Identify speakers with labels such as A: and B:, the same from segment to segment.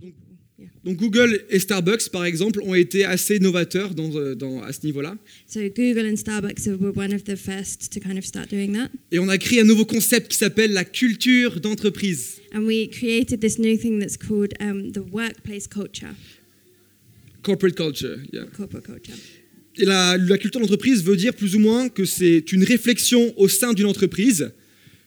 A: Donc, donc Google et Starbucks, par exemple, ont été assez novateurs dans, euh, dans, à ce niveau-là.
B: So Google and Starbucks were one of the first to kind of start doing that.
A: Et on a créé un nouveau concept qui s'appelle la culture d'entreprise.
B: And we created this new thing that's called um, the workplace culture,
A: Corporate culture. yeah.
B: corporate culture.
A: Et la, la culture d'entreprise veut dire plus ou moins que c'est une réflexion au sein d'une entreprise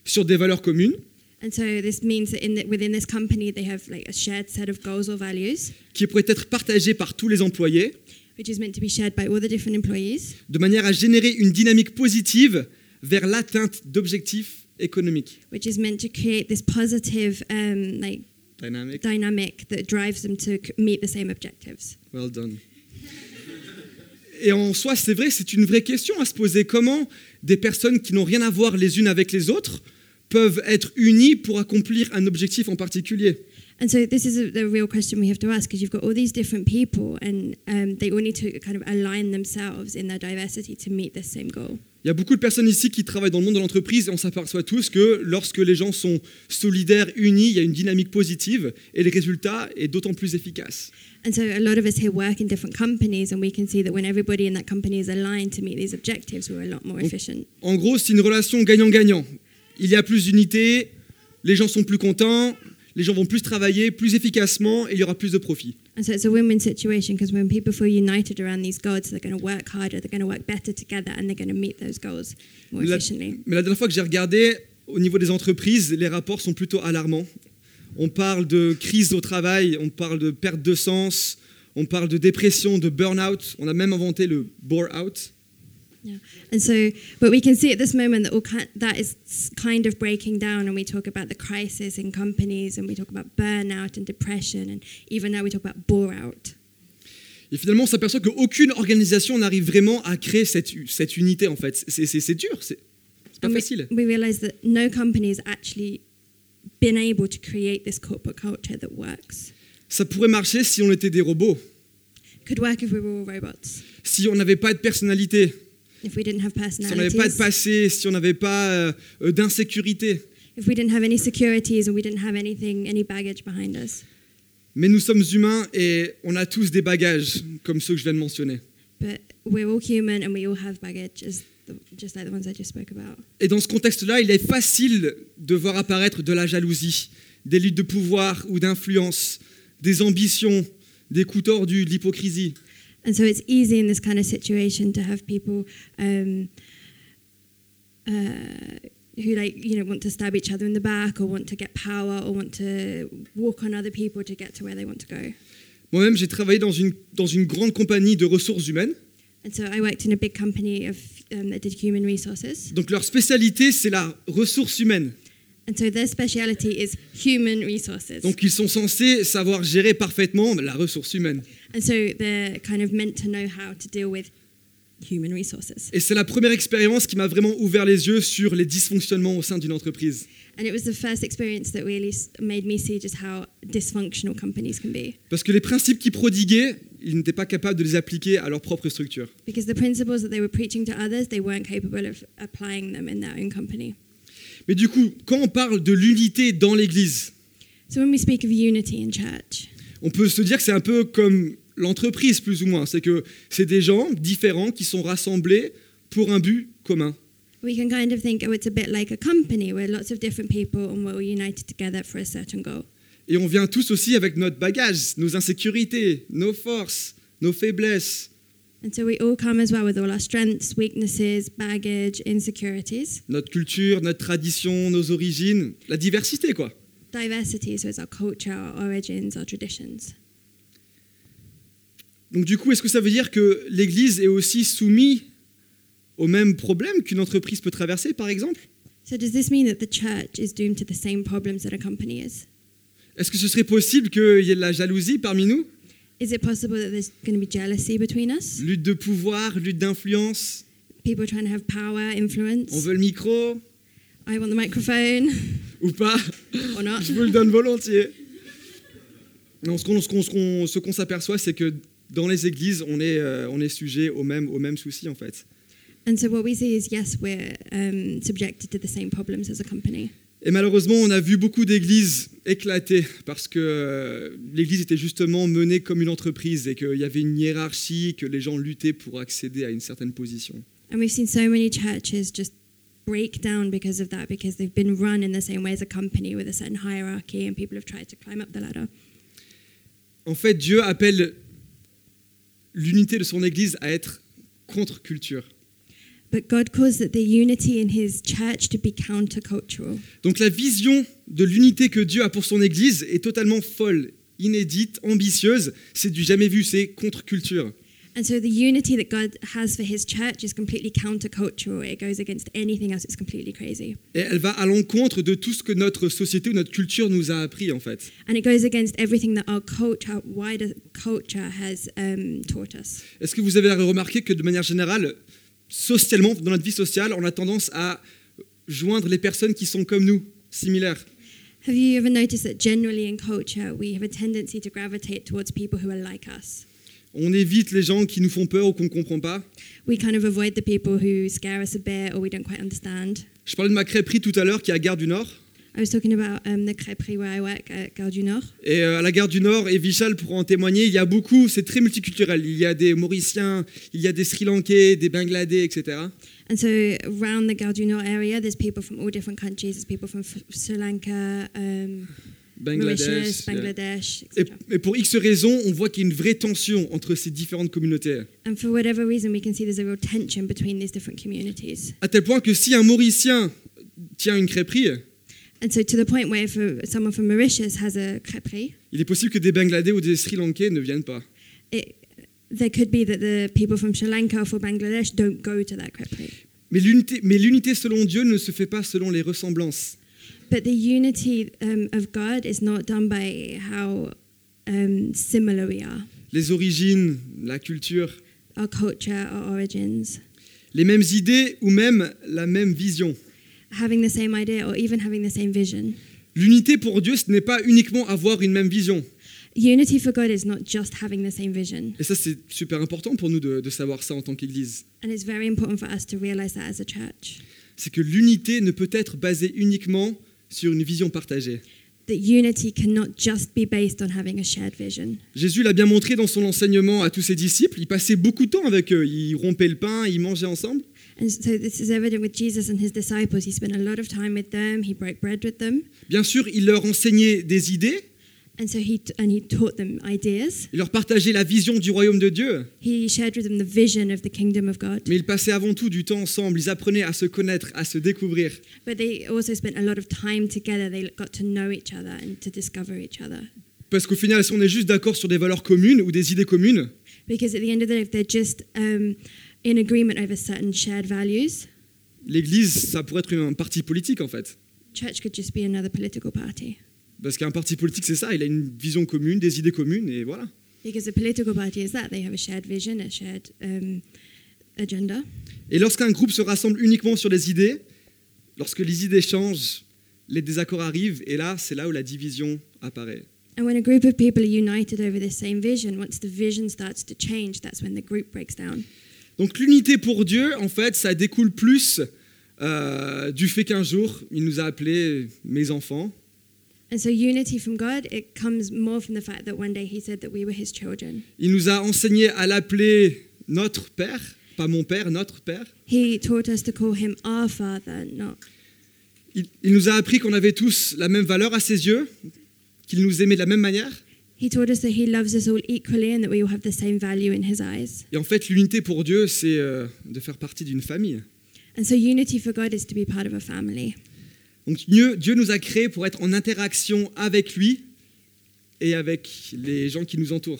A: sur des valeurs communes
B: And so this means that in the, within this company, they have like a shared set of goals or values,
A: qui pourraient être partagées par tous les employés
B: which is meant to be shared by all the different employees
A: de manière à générer une dynamique positive vers l'atteinte d'objectifs économiques.
B: which is meant to create this positive um, like
A: Dynamic.
B: dynamic that drives them to c- meet the same objectives.
A: Well done. Et en soi, c'est vrai, c'est une vraie question à se poser. Comment des personnes qui n'ont rien à voir les unes avec les autres peuvent être unies pour accomplir un objectif en particulier
B: And so this is a, the real question we have to ask because you've got all these different people and um, they all need to kind of align themselves in their diversity to meet this same goal.
A: Il y a beaucoup de personnes ici qui travaillent dans le monde de l'entreprise et on s'aperçoit tous que lorsque les gens sont solidaires, unis, il y a une dynamique positive et le résultat est d'autant plus efficace.
B: And so a lot of us here work in different companies and we can see that when everybody in that company is aligned to meet these objectives, we're a lot more efficient.
A: En gros, c'est une relation gagnant-gagnant. Il y a plus d'unité, les gens sont plus contents, les gens vont plus travailler, plus efficacement et il y aura plus de profit.
B: And so it's a win-win situation because when people feel united around these goals, they're going to work harder, they're going to work better together, and they're going to meet those goals more
A: La-
B: efficiently.
A: mais la dernière fois que j'ai regardé, au niveau des entreprises, les rapports sont plutôt alarmants. On parle de crise au travail, on parle de perte de sens, on parle de dépression, de burn-out. On a même inventé le bore-out.
B: Yeah. And so, but we can see at this moment that all ki- that is s- kind of breaking down, and we talk about the crisis in companies, and we talk about burnout and depression, and even now we talk about bore out.
A: Et finalement, on s'aperçoit qu'aucune organisation n'arrive vraiment à créer cette, u- cette unité, en fait. C'est- C'est c'est dur, c'est c'est pas
B: And
A: facile.
B: we, we realize that no company has actually been able to create this corporate culture that works.
A: Ça pourrait marcher si on était des robots,
B: Could work if we were all robots,
A: si on n'avait pas de personnalité,
B: if we didn't have
A: si on n'avait pas de
B: personalities.
A: passé, si on n'avait pas euh, euh, d'insécurité.
B: if we didn't have any securities and we didn't have anything, any baggage behind us.
A: Mais nous sommes humains et on a tous des bagages, comme ceux que je viens de mentionner.
B: But we're all human and we all have baggage, as the, just like the ones I just spoke about.
A: Et dans ce contexte-là, il est facile de voir apparaître de la jalousie, des luttes de pouvoir ou d'influence, des ambitions, des coups tordus, de l'hypocrisie.
B: And so it's easy in this kind of situation to have people um, uh, who, like, you know, want to stab each other in the back or want to get power or want to walk on other people to get to where they want to go.
A: Moi-même, j'ai travaillé dans une, dans une grande compagnie de ressources humaines.
B: And so I worked in a big company of, um, that did human resources.
A: Donc leur spécialité, c'est la ressource humaine.
B: And so their speciality is human resources.
A: Donc ils sont censés savoir gérer parfaitement la ressource humaine.
B: And so they're kind of meant to know how to deal with human resources.
A: Et c'est la première expérience qui m'a vraiment ouvert les yeux sur les dysfonctionnements au sein d'une entreprise.
B: And it was the first experience that really s- made me see just how dysfunctional companies can be.
A: Parce que les principes qu'ils prodiguaient, ils n'étaient pas capables de les appliquer à leur propre structure.
B: Because the principles that they were preaching to others, they weren't capable of applying them in their own company.
A: Mais du coup, quand on parle de l'unité dans l'Église,
B: So when we speak of unity in church,
A: on peut se dire que c'est un peu comme l'entreprise, plus ou moins. C'est que c'est des gens différents qui sont rassemblés pour un but commun.
B: we can kind of think, oh, it's a bit like a company where lots of different people and we're all united together for a certain goal.
A: Et on vient tous aussi avec notre bagage, nos insécurités, nos forces, nos faiblesses,
B: And so we all come as well with all our strengths, weaknesses, baggage, insecurities,
A: notre culture, notre tradition, nos origines, la diversité, quoi.
B: diversity. So it's our culture, our origins, our traditions.
A: Donc du coup, est-ce que ça veut dire que l'Église est aussi soumise au même problème qu'une entreprise peut traverser, par exemple
B: So does this mean that the church is doomed to the same problems that a company is?
A: Est-ce que ce serait possible qu'il y ait de la jalousie parmi nous
B: Is it possible that there's going to be jealousy between us?
A: Lutte de pouvoir, lutte d'influence.
B: People trying to have power,
A: On
B: influence.
A: veut le micro
B: I want the microphone
A: ou pas
B: or not.
A: Je vous le donne volontiers. Non, ce qu'on ce qu'on- ce qu'on- ce qu'on s'aperçoit, c'est que dans les églises, on est, euh, on est sujet au même, au même souci en fait.
B: And so what we see is yes, we're um, subjected to the same problems as a company.
A: Et malheureusement, on a vu beaucoup d'églises éclater parce que euh, l'église était justement menée comme une entreprise et qu'il y avait une hiérarchie, que les gens luttaient pour accéder à une certaine position.
B: And we've seen so many churches just break down because of that, because they've been run in the same way as a company with a certain hierarchy, and people have tried to climb up the ladder.
A: En fait, Dieu appelle l'unité de son église à être contre-culture.
B: But God calls that the unity in His church to be countercultural.
A: Donc la vision de l'unité que Dieu a pour son église est totalement folle, inédite, ambitieuse, c'est du jamais vu, c'est contre-culture.
B: And so the unity that God has for His church is completely countercultural. It goes against anything else. It's completely crazy,
A: Et elle va à l'encontre de tout ce que notre société ou notre culture nous a appris en fait.
B: and it goes against everything that our culture, our wider culture, has um, taught us.
A: Est-ce que vous avez remarqué que de manière générale, socialement, dans notre vie sociale, on a tendance à joindre les personnes qui sont comme nous, similaires
B: Have you ever noticed that generally in culture we have a tendency to gravitate towards people who are like us?
A: On évite les gens qui nous font peur ou qu'on ne comprend pas.
B: We kind of avoid the people who scare us a bit or we don't quite understand.
A: Je parlais de ma crêperie tout à l'heure qui est à Gare du Nord.
B: I was talking about um, the crêperie where I work at Gare du Nord.
A: Et euh, à la gare du Nord, et Vichal pourra en témoigner, il y a beaucoup, c'est très multiculturel. Il y a des Mauriciens, il y a des Sri Lankais, des Bangladais, etc.
B: And so around the Gare du Nord area, there's people from all different countries. There's people from F- Sri Lanka, um, Mauritius,
A: yeah.
B: Bangladesh,
A: euh, Et,
B: etc.
A: et pour X raisons, on voit qu'il y a une vraie tension entre ces différentes communautés.
B: And for whatever reason, we can see there's a real tension between these different communities.
A: À tel point que si un Mauricien tient une crêperie,
B: And so to the point where for someone from Mauritius has a crêperie,
A: il est possible que des Bangladais ou des Sri Lankais ne viennent pas.
B: it, there could be that the people from Sri Lanka or from Bangladesh don't go to that crêperie.
A: Mais l'unité, mais l'unité selon Dieu ne se fait pas selon les ressemblances.
B: But the unity um, of God is not done by how um, similar we are,
A: Les origines, la culture,
B: our culture, our origins,
A: les mêmes idées ou même la même vision.
B: having the same idea or even having the same vision.
A: L'unité pour Dieu, ce n'est pas uniquement avoir une même vision.
B: Unity for God is not just having the same vision.
A: Et ça, c'est super important pour nous de, de savoir ça en tant qu'Église.
B: And it's very important for us to realize that as a church.
A: C'est que l'unité ne peut être basée uniquement sur une vision partagée.
B: That unity cannot just be based on having a shared vision.
A: Jésus l'a bien montré dans son enseignement à tous ses disciples. Il passait beaucoup de temps avec eux. Il rompait le pain, il mangeait ensemble.
B: And so this is evident with Jesus and his disciples. He spent a lot of time with them, he broke bread with them.
A: Bien sûr, il leur enseignait des idées.
B: And so he and he taught them ideas.
A: Il leur partageait la vision du royaume de Dieu.
B: He shared with them the vision of the kingdom of God.
A: Mais ils passaient avant tout du temps ensemble. Ils apprenaient à se connaître, à se découvrir.
B: But they also spent a lot of time together. They got to know each other and to discover each other.
A: Parce qu'au final, si on est juste d'accord sur des valeurs communes ou des idées communes,
B: Because at the end of the day, if they're just um, in agreement over certain shared values,
A: l'Église, ça pourrait être un parti politique en fait.
B: church could just be another political party.
A: Parce qu'un parti politique, c'est ça, il a une vision commune, des idées communes, et voilà.
B: Because a political party is that they have a shared vision, a shared um, agenda.
A: Et lorsqu'un groupe se rassemble uniquement sur les idées, lorsque les idées changent, les désaccords arrivent, et là, c'est là où la division apparaît.
B: And when a group of people are united over the same vision, once the vision starts to change, that's when the group breaks down.
A: Donc l'unité pour Dieu, en fait, ça découle plus euh, du fait qu'un jour, il nous a appelés mes enfants,
B: And so unity from God, it comes more from the fact that one day he said that we were his children.
A: il nous a enseigné à l'appeler notre Père, pas mon Père, notre Père.
B: He taught us to call him our father, not
A: Il, il nous a appris qu'on avait tous la même valeur à ses yeux, qu'il nous aimait de la même manière.
B: He taught us that He loves us all equally and that we all have the same value in His eyes.
A: Et en fait, l'unité pour Dieu, c'est euh, de faire partie d'une famille.
B: And so, unity for God is to be part of a family.
A: Donc Dieu, Dieu nous a créés pour être en interaction avec lui et avec les gens qui nous entourent.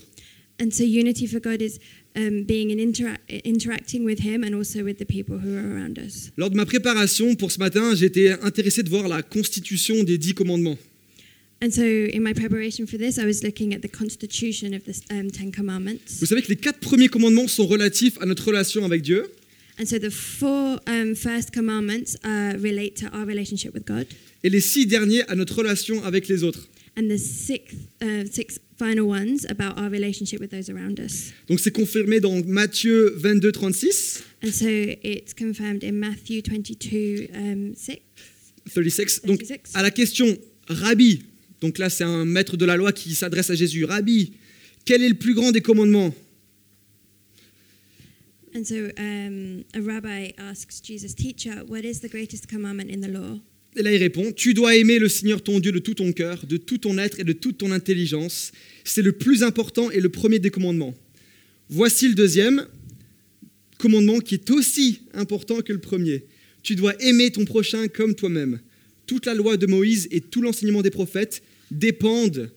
B: And so, unity for God is um, being in intera- interacting with Him and also with the people who are around us.
A: Lors de ma préparation pour ce matin, j'étais intéressé de voir la constitution des dix commandements.
B: And so, in my preparation for this, I was looking at the constitution of the um, Ten Commandments.
A: Vous savez que les quatre premiers commandements sont relatifs à notre relation avec Dieu.
B: And so, the four um, first commandments uh, relate to our relationship with God,
A: Et les six derniers à notre relation avec les autres.
B: and the sixth, uh, six final ones about our relationship with those around us.
A: Donc c'est confirmé dans Matthieu 22, 36,
B: And so it's confirmed in Matthew 22, um, 6,
A: 36. Donc,
B: 36.
A: à la question, Rabbi, donc là, c'est un maître de la loi qui s'adresse à Jésus. Rabbi, quel est le plus grand des commandements
B: And so um, a rabbi asks Jesus, Teacher, what is the greatest commandment in the law?
A: Et là, il répond Tu dois aimer le Seigneur ton Dieu de tout ton cœur, de tout ton être et de toute ton intelligence. C'est le plus important et le premier des commandements. Voici le deuxième commandement qui est aussi important que le premier. Tu dois aimer ton prochain comme toi-même. Toute la loi de Moïse et tout l'enseignement des prophètes dépendent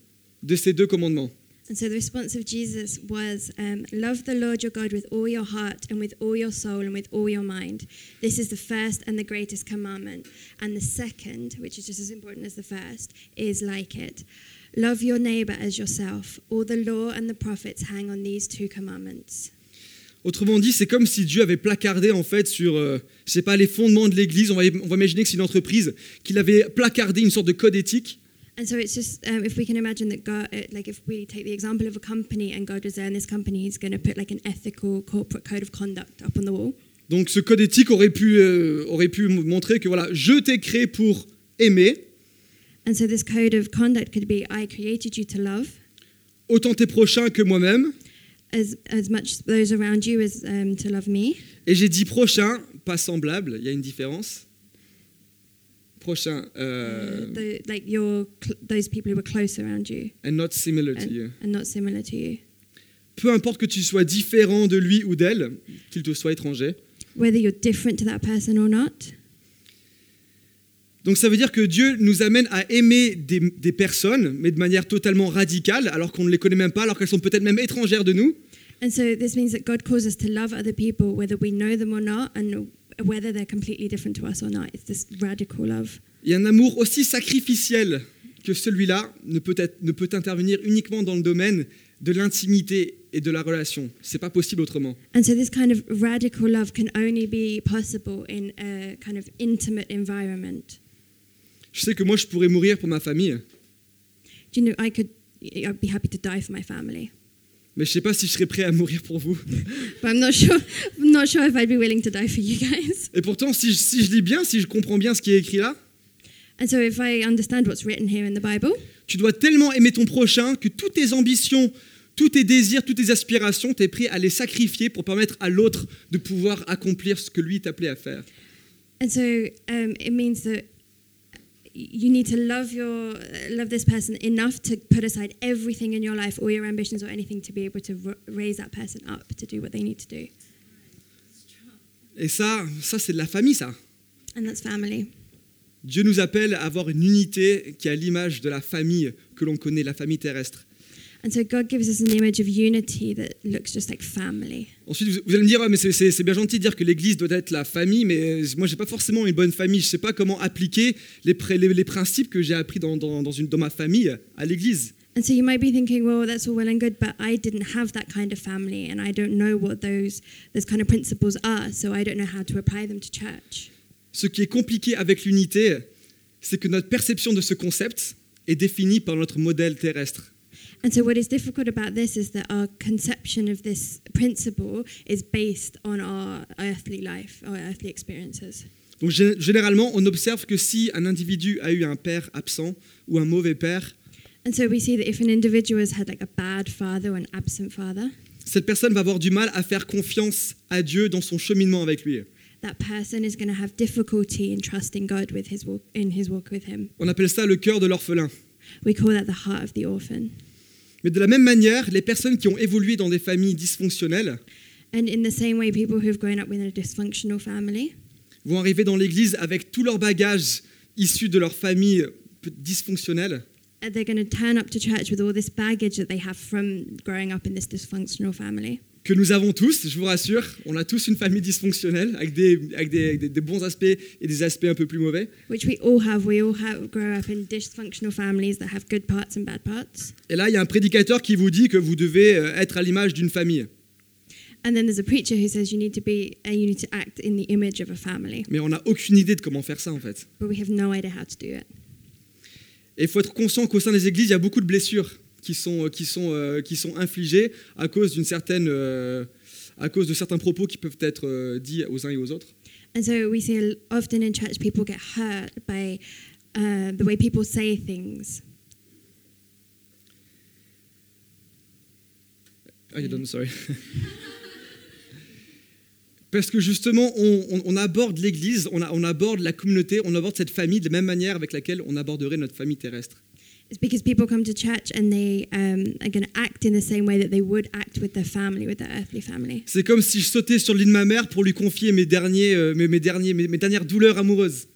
A: de ces deux commandements.
B: And so the response of Jesus was, um, Love the Lord your God with all your heart and with all your soul and with all your mind. This is the first and the greatest commandment. And the second, which is just as important as the first, is like it. Love your neighbor as yourself. All the law and the prophets hang on these two commandments.
A: Autrement dit, c'est comme si Dieu avait placardé en fait sur, euh, je sais pas, les fondements de l'Église. On va, on va imaginer que c'est une entreprise qu'il avait placardé une sorte de code éthique
B: And so it's just um, if we can imagine that God, uh, like if we take the example of a company and God was there in this company, He's going to put like an ethical corporate code of conduct up on the wall.
A: Donc ce code éthique aurait pu, euh, aurait pu m- montrer que voilà, je t'ai créé pour aimer
B: And so this code of conduct could be, I created you to love
A: autant tes prochains que moi-même.
B: as as much those around you as um, to love me.
A: Et j'ai dit prochain, pas semblable, il y a une différence. Prochain, euh,
B: Tho- like your cl- those people who were close around you
A: and not similar to you.
B: and, and not similar to you.
A: Peu importe que tu sois différent de lui ou d'elle, qu'il te soit étranger.
B: Whether you're different to that person or not.
A: Donc ça veut dire que Dieu nous amène à aimer des, des personnes, mais de manière totalement radicale, alors qu'on ne les connaît même pas, alors qu'elles sont peut-être même étrangères de nous.
B: And so this means that God calls us to love other people, whether we know them or not, and whether they're completely different to us or not. It's this radical love.
A: Et un amour aussi sacrificiel que celui-là ne peut, être- ne peut intervenir uniquement dans le domaine de l'intimité et de la relation. C'est pas possible autrement.
B: And so, this kind of radical love can only be possible in a kind of intimate environment.
A: Je sais que moi, je pourrais mourir pour ma famille,
B: Do you know, I could, I'd be happy to die for my family,
A: mais je sais pas si je serais prêt à mourir pour vous.
B: but I'm not sure, I'm not sure if I'd be willing to die for you guys.
A: Et pourtant, si je, si je lis bien, si je comprends bien ce qui est écrit là,
B: And so, if I understand what's written here in the Bible,
A: tu dois tellement aimer ton prochain que toutes tes ambitions, tous tes désirs, toutes tes aspirations, tu es prêt à les sacrifier pour permettre à l'autre de pouvoir accomplir ce que lui t'appelait à faire.
B: and so um, it means that you need to love your uh, love this person enough to put aside everything in your life, all your ambitions or anything, to be able to r- raise that person up to do what they need to do,
A: Et ça, ça c'est de la famille, ça.
B: and that's family.
A: Dieu nous appelle à avoir une unité qui est à l'image de la famille que l'on connaît, la famille terrestre.
B: And so God gives us an image of unity that looks just like family.
A: Ensuite, vous- vous allez me dire, ouais, mais c'est- c'est c'est bien gentil de dire que l'Église doit être la famille, mais euh, moi, j'ai pas forcément une bonne famille. Je sais pas comment appliquer les, pré- les- les principes que j'ai appris dans, dans- dans une, dans ma famille à l'Église.
B: And so you might be thinking, well, that's all well and good, but I didn't have that kind of family, and I don't know what those those kind of principles are, so I don't know how to apply them to church.
A: Ce qui est compliqué avec l'unité, c'est que notre perception de ce concept est définie par notre modèle terrestre.
B: And so what is difficult about this is that our conception of this principle is based on our earthly life, our earthly experiences.
A: Donc, gé- généralement, on observe que si un individu a eu un père absent ou un mauvais père,
B: And so we see that if an individual has had like a bad father or an absent father,
A: cette personne va avoir du mal à faire confiance à Dieu dans son cheminement avec lui.
B: that person is going to have difficulty in trusting God with his walk, in his walk with Him.
A: On appelle ça le cœur de l'orphelin.
B: We call that the heart of the orphan.
A: Mais de la même manière, les personnes qui ont évolué dans des familles dysfonctionnelles
B: And in the same way, people who've grown up within a dysfunctional family
A: vont arriver dans l'Église avec tout leur bagage issu de leur famille p- dysfonctionnelle.
B: uh, they're going to turn up to church with all this baggage that they have from growing up in this dysfunctional family.
A: Que nous avons tous, je vous rassure, on a tous une famille dysfonctionnelle avec des, avec des- avec des- des bons aspects et des aspects un peu plus mauvais.
B: Which we all have. We all have grow up in dysfunctional families that have good parts and bad parts.
A: Et là, il y a un prédicateur qui vous dit que vous devez euh, être à l'image d'une famille.
B: And then there's a preacher who says you need to be, uh, you need to act in the image of a family.
A: Mais on n'a aucune idée de comment faire ça en fait.
B: But we have no idea how to do it.
A: Et il faut être conscient qu'au sein des églises, il y a beaucoup de blessures qui sont, qui sont, euh, qui sont infligées à cause, d'une certaine, euh, à cause de certains propos qui peuvent être euh, dits aux uns et aux autres.
B: And so we see a l- often in church people get hurt by uh, the way people say things.
A: Ah, you're done, sorry. Parce que justement, on, on- on aborde l'Église, on, a- on aborde la communauté, on aborde cette famille de la même manière avec laquelle on aborderait notre famille terrestre.
B: It's because people come to church and they um, are going to act in the same way that they would act with their family, with their earthly family.
A: C'est comme si je sautais sur l'île de ma mère pour lui confier mes, derniers, euh, mes, mes derniers, mes- mes dernières douleurs amoureuses.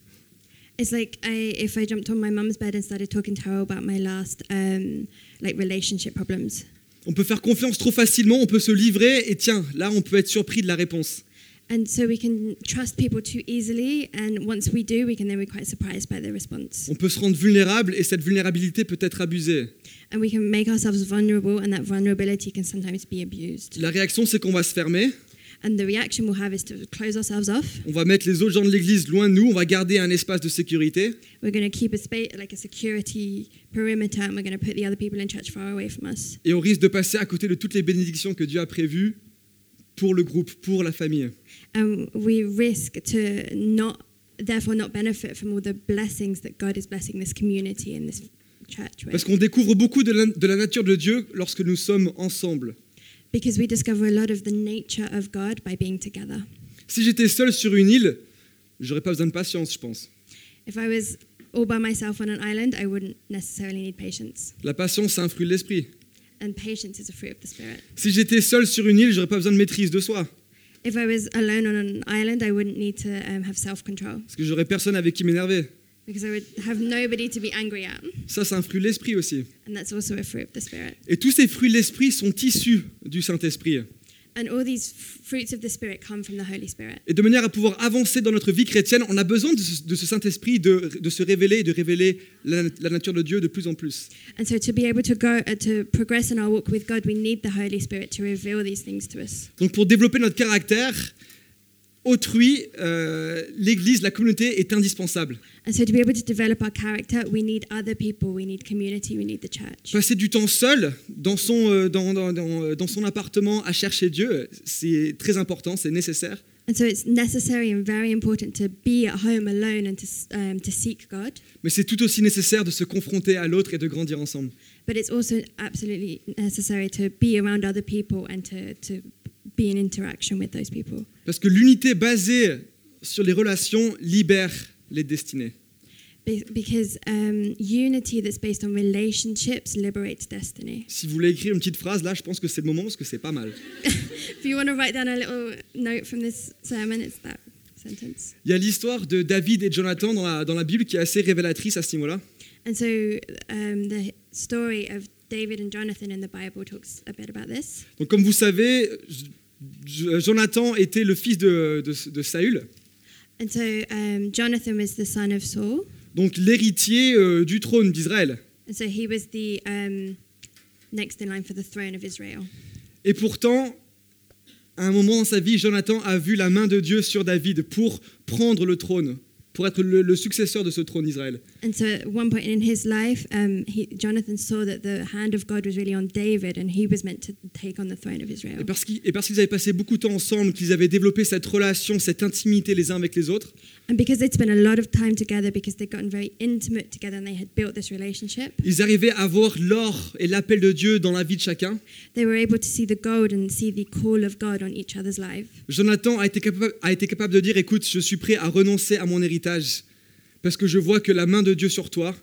B: It's like I, if I jumped on my mum's bed and started talking to her about my last um, like relationship problems.
A: On peut faire confiance trop facilement, on peut se livrer, et tiens, là, on peut être surpris de la réponse.
B: And so we can trust people too easily, and once we do, we can then be quite surprised by the response.
A: On peut se rendre vulnérable, et cette vulnérabilité peut être abusée.
B: And we can make ourselves vulnerable, and that vulnerability can sometimes be abused.
A: La réaction, c'est qu'on va se fermer,
B: And the reaction we'll have is to close ourselves off.
A: on va mettre les autres gens de l'Église loin de nous, on va garder un espace de sécurité,
B: We're going to keep a space, like a security perimeter, and we're going to put the other people in church far away from us.
A: et on risque de passer à côté de toutes les bénédictions que Dieu a prévues pour le groupe, pour la famille.
B: And we risk to not, therefore, not benefit from all the blessings that God is blessing this community and this church
A: Parce
B: with.
A: qu'on découvre beaucoup de la, de la nature de Dieu lorsque nous sommes ensemble.
B: Because we discover a lot of the nature of God by being together.
A: Si j'étais seul sur une île, j'aurais pas besoin de patience, je pense.
B: If I was all by myself on an island, I wouldn't necessarily need patience.
A: La patience, c'est un fruit de l'esprit.
B: And patience is a fruit of the Spirit.
A: Si j'étais seul sur une île, j'aurais pas besoin de maîtrise de soi,
B: If I was alone on an island, I wouldn't need to um, have self control
A: parce que j'aurais personne avec qui m'énerver.
B: because I would have nobody to be angry at.
A: Ça, c'est un fruit de l'esprit aussi.
B: And that's also a fruit of the Spirit.
A: Et tous ces fruits de l'esprit sont issus du Saint-Esprit.
B: And all these f- fruits of the Spirit come from the Holy Spirit.
A: Et de manière à pouvoir avancer dans notre vie chrétienne, on a besoin de ce, de ce Saint-Esprit de, de se révéler et de révéler la, la nature de Dieu de plus en plus.
B: And so to be able to go uh, to progress in our walk with God, we need the Holy Spirit to reveal these things to us.
A: Donc pour développer notre caractère, autrui, euh, l'Église, la communauté est indispensable.
B: And so to be able to develop our character, we need other people, we need community, we need the church.
A: Passer du temps seul dans son, euh, dans, dans- dans- dans son appartement à chercher Dieu, c'est très important, c'est nécessaire.
B: And so it's necessary and very important to be at home alone and to, s- um, to seek God.
A: Mais c'est tout aussi nécessaire de se confronter à l'autre et de grandir ensemble.
B: But it's also absolutely necessary to be around other people and to, to be in interaction with those people.
A: Parce que l'unité basée sur les relations libère les destinées.
B: Be- because um, unity that's based on relationships liberates destiny.
A: Si vous voulez écrire une petite phrase, là, je pense que c'est le moment parce que c'est pas mal.
B: If you want to write down a little note from this sermon, it's that sentence.
A: Il y a l'histoire de David et Jonathan dans la, dans la Bible qui est assez révélatrice à ce niveau-là.
B: And so um, the story of David and Jonathan in the Bible talks a bit about this.
A: Donc, comme vous savez, J- J- Jonathan était le fils de, de- de Saül,
B: And so um, Jonathan was the son of Saul.
A: donc l'héritier euh, du trône d'Israël.
B: And so he was the um, next in line for the throne of Israel.
A: Et pourtant, à un moment dans sa vie, Jonathan a vu la main de Dieu sur David pour prendre le trône, pour être le, le successeur de ce trône d'Israël.
B: And so at one point in his life, um, he, Jonathan saw that the hand of God was really on David and he was meant to take on the throne of Israel.
A: Et parce qu'ils et parce qu'ils avaient passé beaucoup de temps ensemble, qu'ils avaient développé cette relation, cette intimité les uns avec les autres,
B: And because they'd spent a lot of time together, because they'd gotten very intimate together and they had built this relationship,
A: ils arrivaient à voir l'or et l'appel de Dieu dans la vie de chacun.
B: they were able to see the gold and see the call of God on each other's life.
A: Jonathan a été, capa- a été capable de dire, écoute, je suis prêt à renoncer à mon héritage, parce que je vois que la main de Dieu sur toi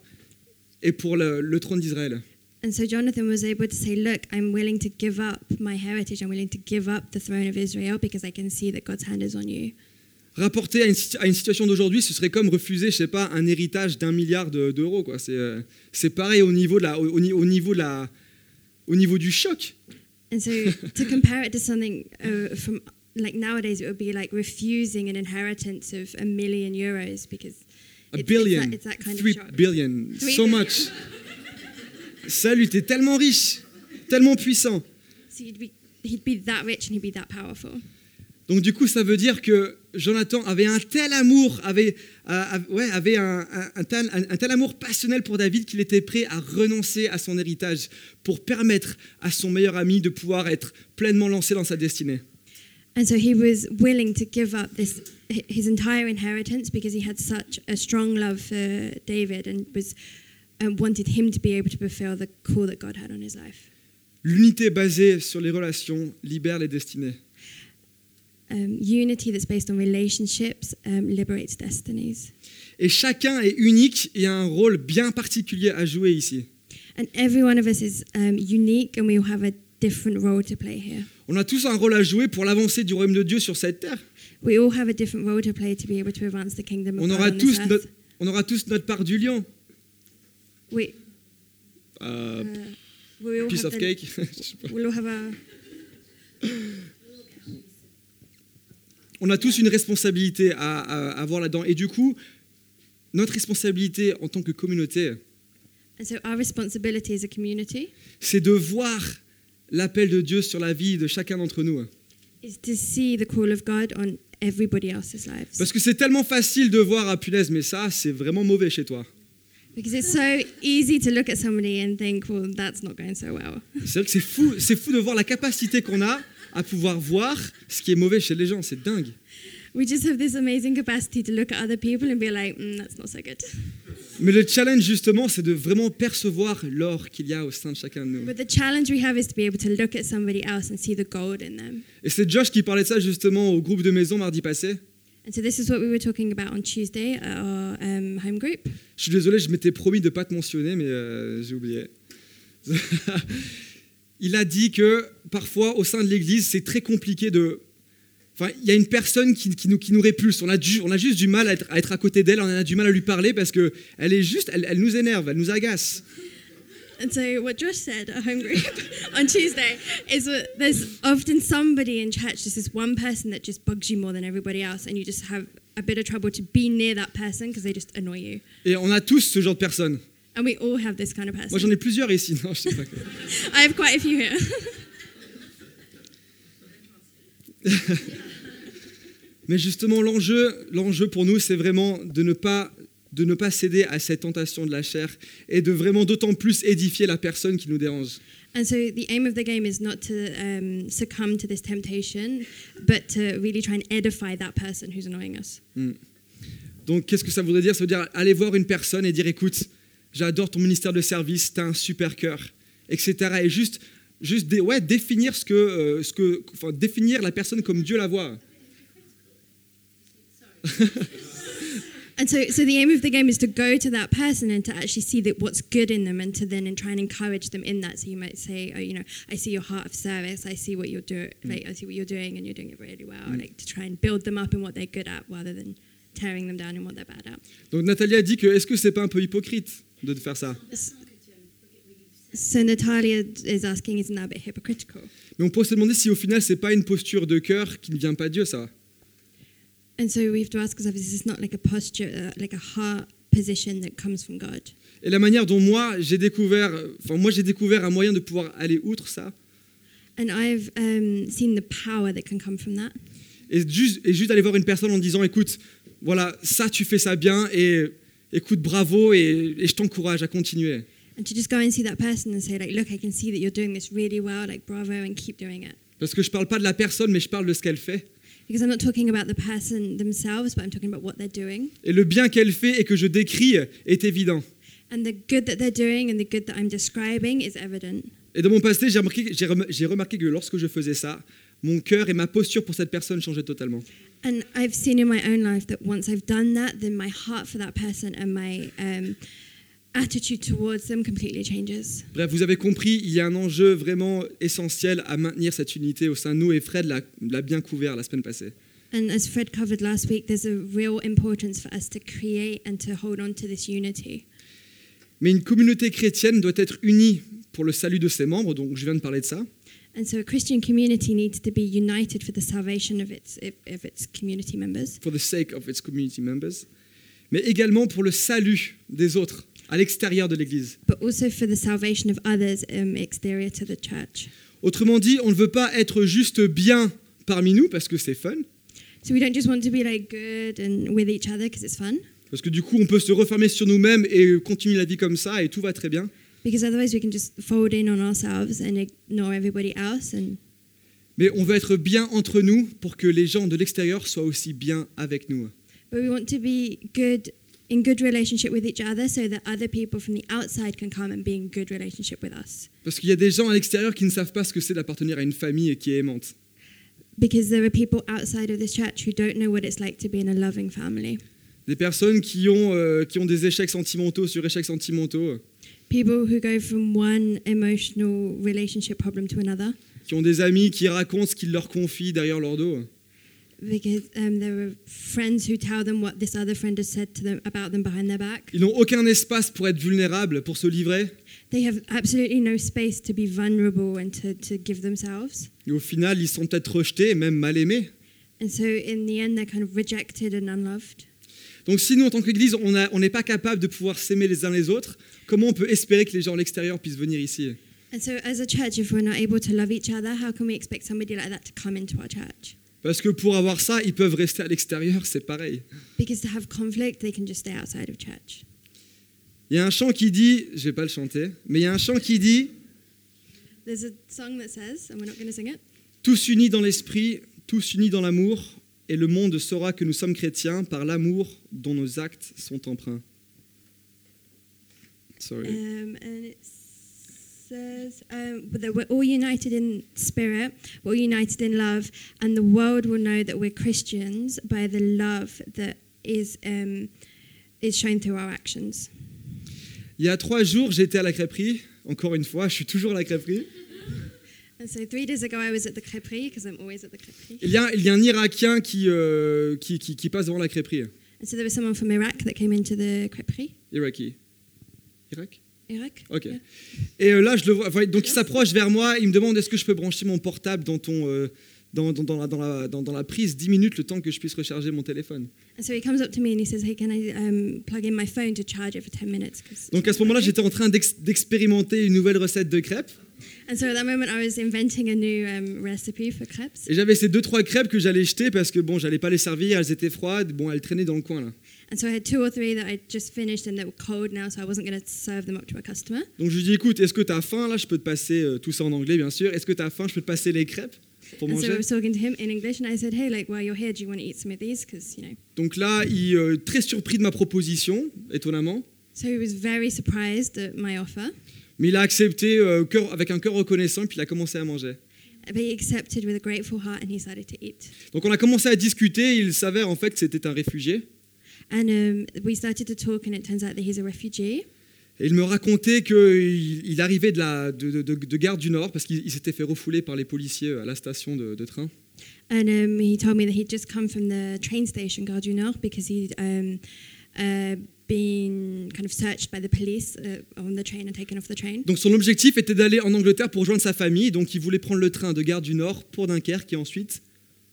A: est pour le, le trône d'Israël.
B: And so Jonathan was able to say, Look, I'm willing to give up my heritage. I'm willing to give up the throne of Israel because I can see that God's hand is on you.
A: Rapporté à une, situ- à une situation d'aujourd'hui, ce serait comme refuser, je sais pas, un héritage d'un milliard de- d'euros. quoi. C'est euh, c'est pareil au niveau, de la, au, au ni- au niveau de la- au niveau du choc.
B: And so to compare it to something uh, from like nowadays, it would be like refusing an inheritance of a million euros because
A: A
B: it's-
A: billion,
B: It's, that, it's that kind
A: three
B: of shock.
A: billion,
B: Three
A: so
B: billion.
A: much. Salut, t'es tellement riche, tellement puissant.
B: So you'd be, he'd be that rich and he'd be that powerful.
A: Donc du coup, ça veut dire que Jonathan avait un tel amour, avait, euh, av- ouais, avait un, un- un tel, un- un tel amour passionnel pour David qu'il était prêt à renoncer à son héritage pour permettre à son meilleur ami de pouvoir être pleinement lancé dans sa destinée.
B: And so he was willing to give up this hi- his entire inheritance because he had such a strong love for David and was and wanted him to be able to fulfill the call that God had on his life.
A: L'unité basée sur les relations libère les destinées.
B: Um, unity that's based on relationships um, liberates destinies.
A: Et chacun est unique et a un rôle bien particulier à jouer ici.
B: And every one of us is um, unique and we all have a different role to play here.
A: On a tous un rôle à jouer pour l'avancée du royaume de Dieu sur cette terre.
B: We all have a different role to play to be able to advance the kingdom of
A: On
B: God
A: aura
B: on this
A: tous
B: earth.
A: notre, on aura tous notre part du lion.
B: We,
A: Euh,
B: uh, we all
A: piece
B: have
A: of
B: the-
A: cake. Je sais pas.
B: We'll all have our
A: on a tous une responsabilité à, à avoir là-dedans. Et du coup, notre responsabilité en tant que communauté,
B: And so our responsibility as a community
A: c'est de voir l'appel de Dieu sur la vie de chacun d'entre nous.
B: is to see the call of God on everybody else's lives.
A: Parce que c'est tellement facile de voir, ah punaise, mais ça, c'est vraiment mauvais chez toi.
B: because it's so easy to look at somebody and think, well, that's not going so well.
A: C'est vrai que c'est fou, c'est fou de voir la capacité qu'on a à pouvoir voir ce qui est mauvais chez les gens, c'est dingue.
B: We just have this amazing capacity to look at other people and be like, mm, that's not so good.
A: Mais le challenge justement, c'est de vraiment percevoir l'or qu'il y a au sein de chacun de nous.
B: But the challenge we have is to be able to look at somebody else and see the gold in them.
A: Et c'est Josh qui parlait de ça justement au groupe de maison mardi passé.
B: And so this is what we were talking about on Tuesday at our um, home group.
A: Je suis désolé, je m'étais promis de pas te mentionner, mais euh, j'ai oublié. il a dit que parfois, au sein de l'Église, c'est très compliqué de... Enfin, il y a une personne qui, qui nous, qui nous répulse. On a, du- on a juste du mal à être, à être à côté d'elle, on a du mal à lui parler parce que elle est juste, elle, elle nous énerve, elle nous agace.
B: And so what Josh said at home group on Tuesday is that there's often somebody in church, there's this one person that just bugs you more than everybody else, and you just have a bit of trouble to be near that person because they just annoy you.
A: Et on a tous ce genre de personnes.
B: And we all have this kind of
A: Moi, j'en
B: person.
A: ai plusieurs ici. Non, je sais pas.
B: I have quite a few here.
A: Mais justement, l'enjeu, l'enjeu pour nous, c'est vraiment de ne pas de ne pas céder à cette tentation de la chair et de vraiment d'autant plus édifier la personne qui nous dérange.
B: and so the aim of the game is not to um, succumb to this temptation, but to really try and edify that person who's annoying us.
A: Donc, qu'est-ce que ça voudrait dire Ça veut dire aller voir une personne et dire écoute, j'adore ton ministère de service, t'as un super cœur, etc. Et juste, juste dé- ouais, définir ce que, euh, ce que, enfin, définir la personne comme Dieu la voit.
B: And so, so the aim of the game is to go to that person and to actually see that what's good in them, and to then and try and encourage them in that. So you might say, oh, you know, I see your heart of service. I see what you're doing. Like, I see what you're doing, and you're doing it really well. Like to try and build them up in what they're good at, rather than tearing them down in what they're bad at.
A: Donc, Nathalie a dit que est-ce que c'est pas un peu hypocrite de faire ça
B: S- So Natalia is asking, isn't that a bit hypocritical?
A: Mais on peut se demander si au final c'est pas une posture de cœur qui ne vient pas de Dieu, ça.
B: And so we have to ask ourselves, is this not like a posture, uh, like a heart position that comes from God?
A: Et la manière dont moi j'ai découvert, enfin moi j'ai découvert un moyen de pouvoir aller outre ça,
B: And I've um, seen the power that can come from that.
A: et juste, et juste aller voir une personne en disant, écoute, voilà, ça tu fais ça bien, et écoute, bravo, et, et je t'encourage à continuer.
B: and to just go and see that person and say like look i can see that you're doing this really well like bravo and keep doing it
A: Parce que je parle pas de la personne, mais je parle de ce qu'elle fait,
B: because i'm not talking about the person themselves but i'm talking about what they're doing
A: et le bien qu'elle fait et que je décris est évident.
B: and the good that they're doing and the good that i'm describing is evident
A: Et dans mon passé, j'ai remarqué, j'ai rem- j'ai remarqué que lorsque je faisais ça, mon cœur et ma posture pour cette personne changeaient totalement.
B: and i've seen in my own life that once i've done that then my heart for that person and my um, attitude towards them completely changes
A: Bref, vous avez compris, il y a un enjeu vraiment essentiel à maintenir cette unité au sein de nous, et Fred l'a l'a bien couvert la semaine passée.
B: and as fred covered last week there's a real importance for us to create and to hold on to this unity
A: Mais une communauté chrétienne doit être unie pour le salut de ses membres, donc je viens de parler de ça.
B: And so a Christian community needs to be united for the salvation of its of, of its community members,
A: For the sake of its community members. Mais également pour le salut des autres à l'extérieur de l'Église.
B: but also for the salvation of others um, exterior to the church.
A: Autrement dit, on ne veut pas être juste bien parmi nous parce que c'est fun,
B: So we don't just want to be like good and with each other because it's fun,
A: parce que du coup on peut se refermer sur nous-mêmes et continuer la vie comme ça et tout va très bien.
B: because otherwise we can just fold in on ourselves and ignore everybody else. And
A: Mais on veut être bien entre nous pour que les gens de l'extérieur soient aussi bien avec nous.
B: But we want to be good in good relationship with each other so that other people from the outside can come and be in good relationship with us.
A: Parce qu'il y a des gens à l'extérieur qui ne savent pas ce que c'est d'appartenir à une famille qui est aimante.
B: Because there are people outside of this church who don't know what it's like to be in a loving family.
A: Des personnes qui ont, euh, qui ont des échecs sentimentaux sur échecs sentimentaux, euh,
B: People who go from one emotional relationship problem to another.
A: qui ont des amis qui racontent ce qu'ils leur confient derrière leur dos.
B: Because um, there are friends who tell them what this other friend has said to them about them behind their back.
A: Ils n'ont aucun espace pour être vulnérables, pour se livrer.
B: They have absolutely no space to be vulnerable and to, to give themselves.
A: Et au final, ils sont peut-être rejetés, même mal aimés.
B: And so in the end, they're kind of rejected and unloved.
A: Donc si nous, en tant qu'Église, on a- on n'est pas capable de pouvoir s'aimer les uns les autres, comment on peut espérer que les gens à l'extérieur puissent venir ici
B: And so, as a church, if we're not able to love each other, how can we expect somebody like that to come into our church?
A: Parce que pour avoir ça, ils peuvent rester à l'extérieur, c'est pareil.
B: Because to have conflict, they can just stay outside of church.
A: Il y a un chant qui dit, je vais pas le chanter, mais il y a un chant qui dit
B: There's a song that says, and we're not going to sing it.
A: Tous unis dans l'esprit, tous unis dans l'amour, et le monde saura que nous sommes chrétiens par l'amour dont nos actes sont empreints. Sorry.
B: Um, and it says um, that we're all united in spirit, we're all united in love, and the world will know that we're Christians by the love that is um, is shown through our actions.
A: Il y a trois jours, j'étais à la crêperie. Encore une fois, je suis toujours à la crêperie.
B: And so three days ago, I was at the crêperie because I'm always at the crêperie.
A: Il y a, il y a un Irakien qui, euh, qui, qui- qui passe devant la crêperie.
B: And so there was someone from Iraq that came into the crêperie.
A: Iraki. Irak
B: Iraq.
A: Ok.
B: Yeah.
A: Et euh, là, je le vois. enfin, donc, il s'approche vers moi. Il me demande est-ce que je peux brancher mon portable dans, ton, euh, dans, dans- dans la, dans la- dans- dans la prise 10 minutes, le temps que je puisse recharger mon téléphone.
B: And so he comes up to me and he says, "Hey, can I um, plug in my phone to charge it for 10 minutes?" 'Cause-
A: Donc, à ce moment-là, j'étais en train d'ex- d'expérimenter une nouvelle recette de crêpes.
B: And so at that moment, I was inventing a new um, recipe for crepes.
A: Et j'avais ces deux, trois crêpes que j'allais jeter parce que, bon, j'allais pas les servir. Elles étaient froides. Bon, elles traînaient dans le coin, là.
B: And so I had two or three that I just finished and they were cold now, so I wasn't going to serve them up to a customer.
A: Donc, je lui dis écoute, est-ce que tu as faim Là, je peux te passer euh, tout ça en anglais, bien sûr. Est-ce que tu as faim Je peux te passer les crêpes pour
B: And so I
A: manger
B: was talking to him in English and I said, hey, like, while you're here, do you want to eat some of these? Because, you know.
A: Donc là, il euh, très surpris de ma proposition, étonnamment,
B: So he was very surprised at my offer,
A: mais il a accepté euh, cœur- avec un cœur reconnaissant, puis il a commencé à manger.
B: but he accepted with a grateful heart and he started to eat.
A: Donc on a commencé à discuter, il s'avère en fait que c'était un réfugié,
B: And um, we started to talk, and it turns out that he's a refugee.
A: et il me racontait qu'il il arrivait de, la, de, de- de- de Gare du Nord, parce qu'il il s'était fait refouler par les policiers euh, à la station de, de train,
B: And um, he told me that he'd just come from the train station, Gare du Nord, because he'd um, uh, been kind of searched by the police uh, on the train and taken off the train.
A: donc son objectif était d'aller en Angleterre pour rejoindre sa famille, donc il voulait prendre le train de Gare du Nord pour Dunkerque, et ensuite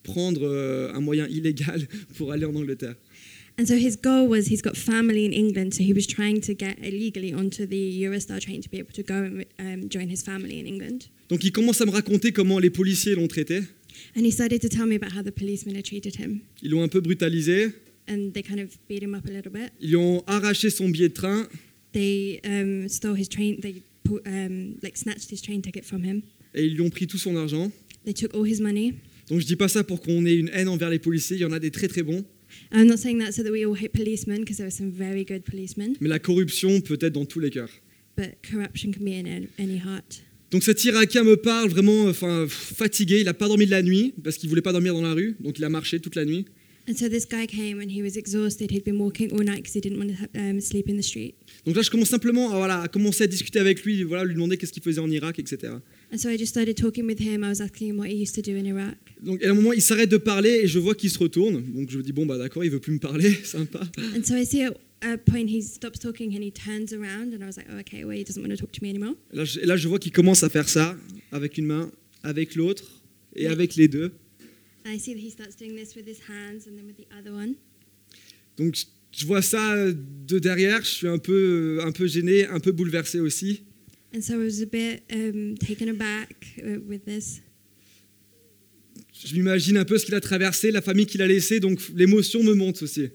A: prendre euh, un moyen illégal pour aller en Angleterre.
B: And so his goal was he's got family in England, so he was trying to get illegally onto the Eurostar train to be able to go and um, join his family in England.
A: Donc il commence à me raconter comment les policiers l'ont traité,
B: And he started to tell me about how the policemen had treated him.
A: ils l'ont un peu brutalisé,
B: And they kind of beat him up a little bit.
A: Ils lui ont arraché son billet de train
B: They um, stole his train, they pu- um, like snatched his train ticket from him.
A: et ils lui ont pris tout son argent.
B: They took all his money.
A: Donc je dis pas ça pour qu'on ait une haine envers les policiers, il y en a des très très bons,
B: I'm not saying that so that we all hate policemen, because there are some very good policemen,
A: mais la corruption peut être dans tous les cœurs.
B: but corruption can be in an- any heart.
A: Donc cet Irakien me parle vraiment euh, enfin, pff, fatigué, il n'a pas dormi de la nuit parce qu'il voulait pas dormir dans la rue, donc il a marché toute la nuit.
B: And so this guy came and he was exhausted. He'd been walking all night because he didn't want to ha- um, sleep in the street.
A: Donc là je commence simplement à, voilà, à commencer à discuter avec lui, voilà, lui demander qu'est-ce qu'il faisait en Irak, etc.
B: And so I just started talking with him. I was asking him what he used to do in Iraq.
A: Donc à un moment il s'arrête de parler et je vois qu'il se retourne, donc je me dis bon bah d'accord il veut plus me parler, sympa.
B: And so I see at a point he stops talking and he turns around, and I was like, oh, okay, well, he doesn't want to talk to me anymore.
A: Là, je, là, je vois qu'il commence à faire ça avec une main, avec l'autre et avec les deux.
B: And I see that he starts doing this with his hands and then with the other one.
A: Donc je- je vois ça euh, de derrière, je suis un peu, euh, un peu gêné, un peu bouleversé aussi.
B: And so I was a bit um, taken aback uh, with this.
A: Je m'imagine un peu ce qu'il a traversé, la famille qu'il a laissée, donc l'émotion me monte aussi.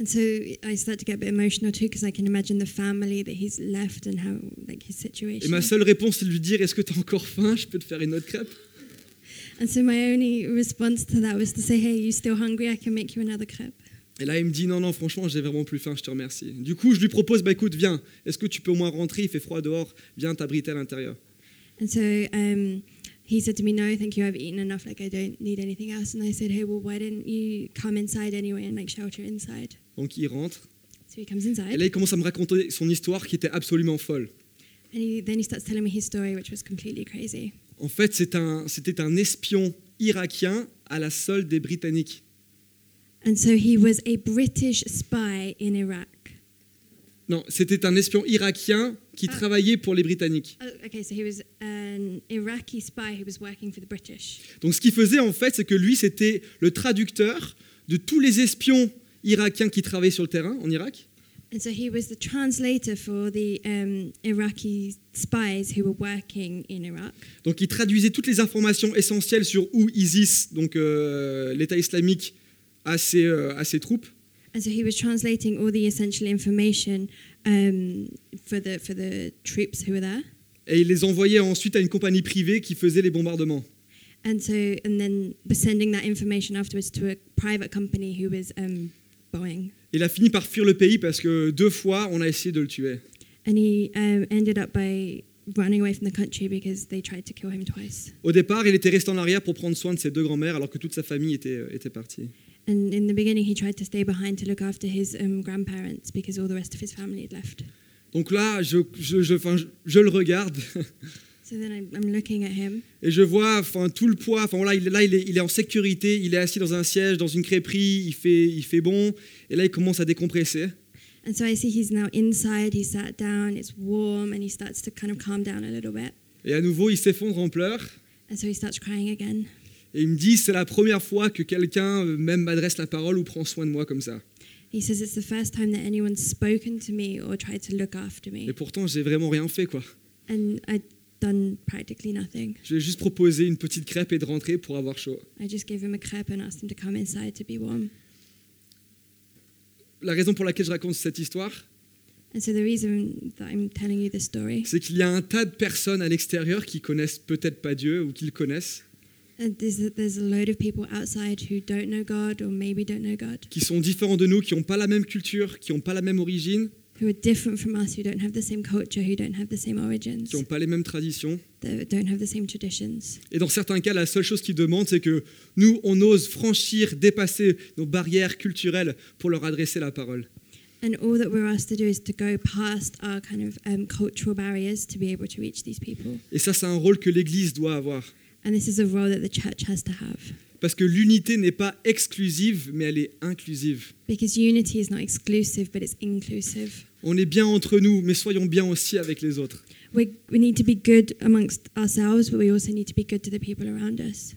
B: And so I start to get a bit emotional too because I can imagine the family that he's left and how, like, his
A: Et
B: situation.
A: ma seule réponse, c'est de lui dire, est-ce que tu as encore faim Je peux te faire une autre crêpe
B: And so my only response to that was to say, hey, you still hungry? I can make you another crepe.
A: Et là, il me dit non, non, franchement, j'ai vraiment plus faim, je te remercie. Du coup, je lui propose, bah écoute, viens, est-ce que tu peux au moins rentrer Il fait froid dehors, viens t'abriter à l'intérieur.
B: And so um, he said to me, no, thank you, I've eaten enough. Like, I don't need anything else. And I said, hey, well, why didn't you come inside anyway and like shelter inside?
A: Donc il rentre.
B: So he comes
A: Et
B: inside.
A: là, il commence à me raconter son histoire qui était absolument folle.
B: And he, then he starts telling me his story, which was completely crazy.
A: En fait, c'est un- c'était un espion irakien à la solde des Britanniques.
B: And so he was a British spy in Iraq.
A: Non, c'était un espion irakien qui
B: Ah.
A: travaillait pour les Britanniques.
B: Oh, okay, so he was an Iraqi spy who was working for the British.
A: Donc ce qu'il faisait en fait, c'est que lui, c'était le traducteur de tous les espions irakiens qui travaillaient sur le terrain en Irak.
B: And so he was the translator for the um, Iraqi spies who were working in Iraq.
A: Donc il traduisait toutes les informations essentielles sur où ISIS, donc euh, l'État islamique, a ses, euh, a ses troupes.
B: And so he was translating all the essential information um, for, the, for the troops who were there.
A: Et il les envoyait ensuite à une compagnie privée qui faisait les bombardements.
B: And so, and then was sending that information afterwards to a private company who was um, Boeing.
A: Il a fini par fuir le pays parce que deux fois, on a essayé de le tuer.
B: And he um, ended up by running away from the country because they tried to kill him twice.
A: Au départ, il était resté en arrière pour prendre soin de ses deux grands-mères alors que toute sa famille était, euh, était partie.
B: And in the beginning, he tried to stay behind to look after his um, grandparents because all the rest of his family had left.
A: Donc là, je, je, je- enfin, je- je le regarde
B: So then I'm, I'm looking at him,
A: et je vois enfin, tout le poids. Enfin, voilà, il, est- là, il est, il est en sécurité, il est assis dans un siège, dans une crêperie, il fait, il fait bon. Et là, il commence à décompresser.
B: and so I see he's now inside. He sat down. It's warm, and he starts to kind of calm down a little bit.
A: Et à nouveau, il s'effondre en pleurs.
B: And so he starts crying again.
A: Et il me dit, c'est la première fois que quelqu'un euh, même m'adresse la parole ou prend soin de moi comme ça.
B: He says it's the first time that anyone's spoken to me or tried to look after
A: Et
B: me,
A: pourtant, j'ai vraiment rien fait, quoi.
B: and I'd done practically nothing.
A: Je lui ai juste proposé une petite crêpe et de rentrer pour avoir chaud.
B: I just gave him a crepe and asked him to come inside to be warm.
A: La raison pour laquelle je raconte cette histoire,
B: And so the reason that I'm telling you this story
A: c'est qu'il y a un tas de personnes à l'extérieur qui connaissent peut-être pas Dieu ou qui le connaissent,
B: And there's a, there's a load of people outside who don't know God or maybe don't know God,
A: qui sont différents de nous, qui n'ont pas la même culture, qui n'ont pas la même origine,
B: who are different from us, who don't have the same culture, who don't have the same origins,
A: qui n'ont pas les mêmes traditions.
B: that don't have the same traditions.
A: Et dans certains cas, la seule chose qu'ils demandent, c'est que nous, on ose franchir, dépasser nos barrières culturelles pour leur adresser la parole.
B: And all that we're asked to do is to go past our kind of um, cultural barriers to be able to reach these people.
A: Et ça, c'est un rôle que l'Église doit avoir.
B: And this is a role that the church has to have.
A: Parce que l'unité n'est pas exclusive, mais elle est inclusive.
B: Because unity is not exclusive, but it's inclusive.
A: On est bien entre nous, mais soyons bien aussi avec les autres.
B: We, we need to be good amongst ourselves, but we also need to be good to the people around us.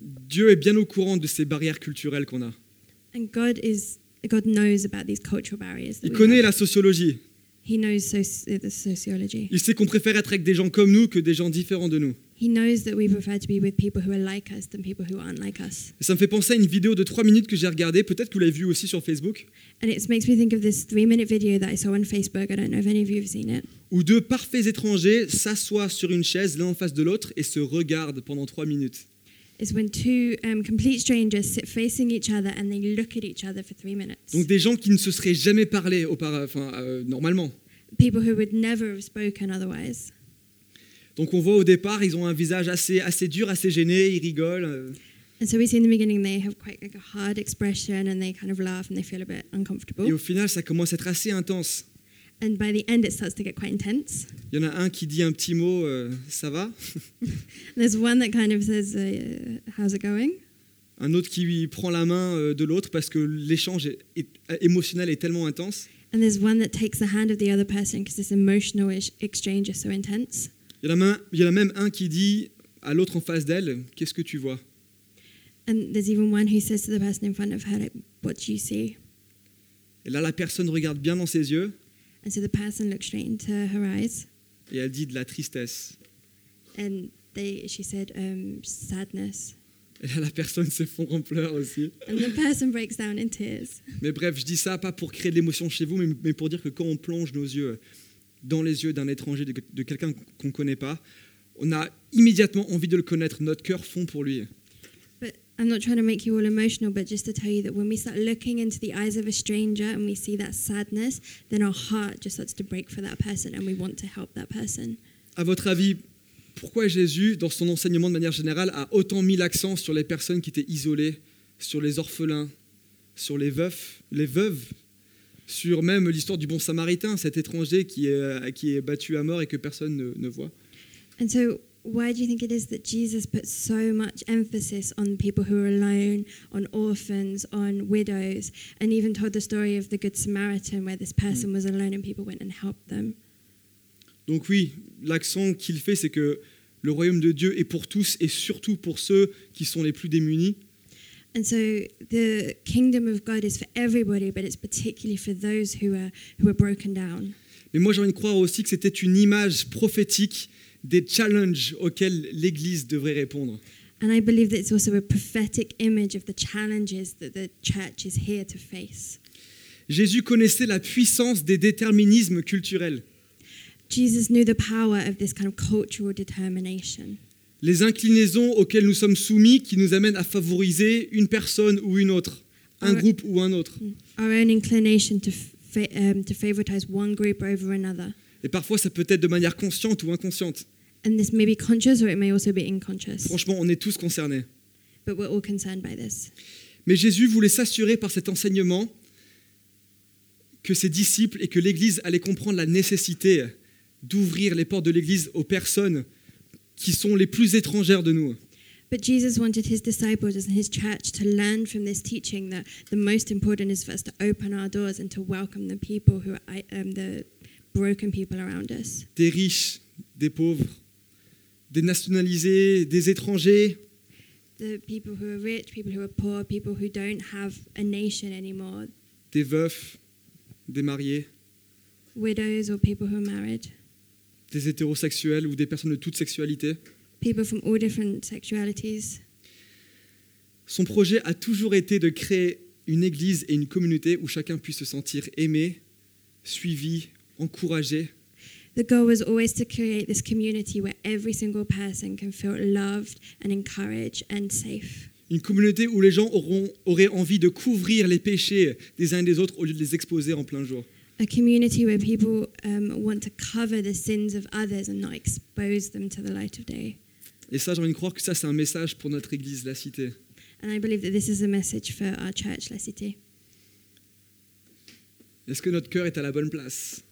A: Dieu est bien au courant de ces barrières culturelles qu'on a.
B: And God is God knows about these cultural barriers. that
A: Il
B: we
A: connaît
B: have.
A: la sociologie.
B: He knows soci- the sociology.
A: Il sait qu'on préfère être avec des gens comme nous que des gens différents de nous.
B: He knows that we prefer to be with people who are like us than people who aren't like us.
A: Et ça me fait penser à une vidéo de 3 minutes que j'ai regardée, peut-être que vous l'avez vue aussi sur Facebook,
B: And it makes me think of this three minute video that I saw on Facebook. I don't know if any of you have seen it.
A: où deux parfaits étrangers s'assoient sur une chaise l'un en face de l'autre et se regardent pendant 3 minutes.
B: It's when two um, complete strangers sit facing each other and they look at each other for three minutes.
A: Donc des gens qui ne se seraient jamais parlé auparavant, enfin, euh, normalement.
B: People who would never have spoken otherwise.
A: Donc on voit au départ, ils ont un visage assez, assez dur, assez gêné, ils rigolent. euh.
B: And so we see in the beginning they have quite like a hard expression and they kind of laugh and they feel a bit
A: Et
B: uncomfortable.
A: au final, ça commence à être assez intense.
B: And by the end it starts to get quite intense.
A: Il y en a un qui dit un petit mot, euh, ça va.
B: There's one that kind of says, uh, "How's it going?"
A: Un autre qui lui prend la main euh, de l'autre parce que l'échange est- est- émotionnel est tellement intense.
B: And there's one that takes the hand of the other person because this emotional ish- exchange is so intense.
A: Il y, en a même- il y en a même un qui dit à l'autre en face d'elle, qu'est-ce que tu vois
B: And there's even one who says to the person in front of her, like, "What do you see?"
A: Et là, la personne regarde bien dans ses yeux
B: And so the person looks straight into her eyes,
A: et elle dit de la tristesse.
B: and they, she said, um, "Sadness."
A: Et là, la personne s'effondre en pleurs aussi.
B: And the person breaks down in tears.
A: Mais bref, je dis ça pas pour créer de l'émotion chez vous, mais, mais pour dire que quand on plonge nos yeux dans les yeux d'un étranger, de, de quelqu'un qu'on ne connaît pas, on a immédiatement envie de le connaître. Notre cœur fond pour lui.
B: But I'm not trying to make you all emotional, but just to tell you that when we start looking into the eyes of a stranger and we see that sadness, then our heart just starts to break for that person and we want to help that person.
A: À votre avis, pourquoi Jésus, dans son enseignement de manière générale, a autant mis l'accent sur les personnes qui étaient isolées, sur les orphelins, sur les veufs, les veuves, sur même l'histoire du bon samaritain, cet étranger qui est, qui est battu à mort et que personne ne, ne voit
B: And so, why do you think it is that Jesus puts so much emphasis on people who are alone, on orphans, on widows, and even told the story of the Good Samaritan where this person was alone and people went and helped them?
A: Donc oui, l'accent qu'il fait, c'est que le royaume de Dieu est pour tous et surtout pour ceux qui sont les plus démunis.
B: And so the kingdom of God is for everybody, but it's particularly for those who are who are broken down.
A: Mais moi, j'ai envie de croire aussi que c'était une image prophétique des challenges auxquels l'Église devrait répondre.
B: And I believe that it's also a prophetic image of the challenges that the church is here to face.
A: Jésus connaissait la puissance des déterminismes culturels.
B: Jesus knew the power of this kind of cultural determination,
A: les inclinaisons auxquelles nous sommes soumis qui nous amènent à favoriser une personne ou une autre, un
B: Ouais.
A: groupe ou un autre.
B: our own inclination to fa- um, to favoritize one group over another.
A: Et parfois, ça peut être de manière consciente ou inconsciente.
B: And this may be conscious or it may also be unconscious,
A: Franchement, on est tous concernés.
B: but we're all concerned by this.
A: Mais Jésus voulait s'assurer par cet enseignement que ses disciples et que l'Église allaient comprendre la nécessité d'ouvrir les portes de l'Église aux personnes qui sont les plus étrangères de nous.
B: But Jesus wanted his disciples and his church to learn from this teaching that the most important is for us to open our doors and to welcome the people who are i- um, the broken people around us.
A: Des riches, des pauvres, des nationalisés, des étrangers,
B: The people who are rich, people who are poor, people who don't have a nation anymore,
A: des veufs, des mariés.
B: widows or people who are married,
A: des hétérosexuels ou des personnes de toute sexualité.
B: people from all different sexualities.
A: Son projet a toujours été de créer une église et une communauté où chacun puisse se sentir aimé, suivi, encouragé,
B: The goal was always to create this community where every single person can feel loved and encouraged and safe.
A: une communauté où les gens auront, auraient envie de couvrir les péchés des uns et des autres au lieu de les exposer en plein jour.
B: a community where people um, want to cover the sins of others and not expose them to the light of day.
A: Et ça, j'ai envie de croire que ça, c'est un message pour notre église, la cité.
B: And I believe that this is a message for our church, La Cité.
A: Est-ce que notre cœur est à la bonne place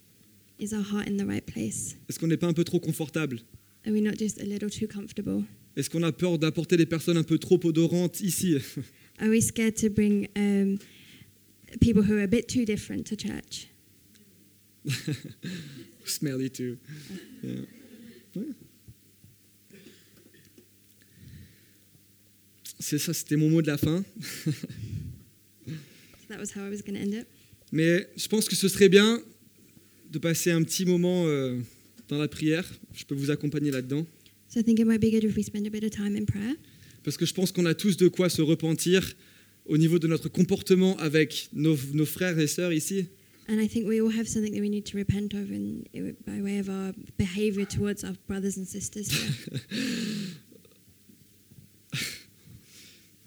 B: Is our heart in the right place?
A: Est-ce qu'on n'est pas un peu trop confortable
B: Are we not just a little too comfortable?
A: Est-ce qu'on a peur d'apporter des personnes un peu trop odorantes ici
B: Are we scared to bring um, people who are a bit too different to church?
A: Smelly too. Yeah. Ouais. C'est ça, c'était mon mot de la fin.
B: So that was how I was going to end it.
A: Mais je pense que ce serait bien de passer un petit moment euh, dans la prière. Je peux vous accompagner là-dedans.
B: So I think it might be good if we spend a bit of time in prayer
A: Parce que je pense qu'on a tous de quoi se repentir au niveau de notre comportement avec nos, nos frères et sœurs ici.
B: And I think we all have something that we need to repent of and it, by way of our behavior towards our brothers and sisters here.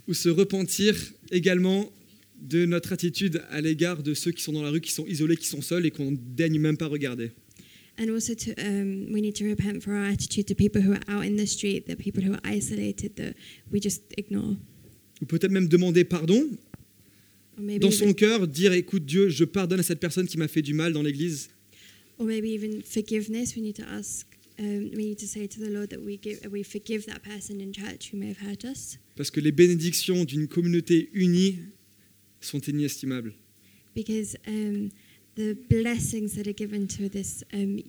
A: Ou se repentir également de notre attitude à l'égard de ceux qui sont dans la rue, qui sont isolés, qui sont seuls et qu'on ne daigne même pas regarder.
B: And also, to, um, we need to repent for our attitude to people who are out in the street, the people who are isolated, that we just ignore.
A: Ou peut-être même demander pardon
B: Or maybe,
A: dans son
B: even,
A: cœur, dire écoute Dieu, je pardonne à cette personne qui m'a fait du mal dans l'église.
B: or maybe even forgiveness. We need to ask, um, we need to say to the Lord that we give, we forgive that person in church who may have hurt us,
A: Parce que les bénédictions d'une communauté unie sont inestimables.
B: because um, the blessings that are given to this um,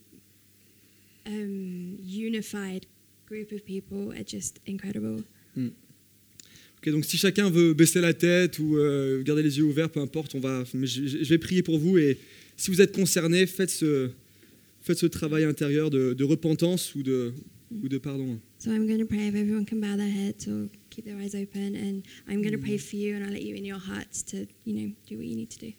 B: um, unified group of people are just incredible.
A: Ok, donc si chacun veut baisser la tête ou euh, garder les yeux ouverts, peu importe, on va, mais je, je- je vais prier pour vous. Et si vous êtes concerné, faites ce, faites ce travail intérieur de, de repentance ou de, ou de pardon.
B: So I'm going to pray if everyone can bow their heads or keep their eyes open, and I'm going to pray for you, and I'll let you in your hearts to, you know, do what you need to do.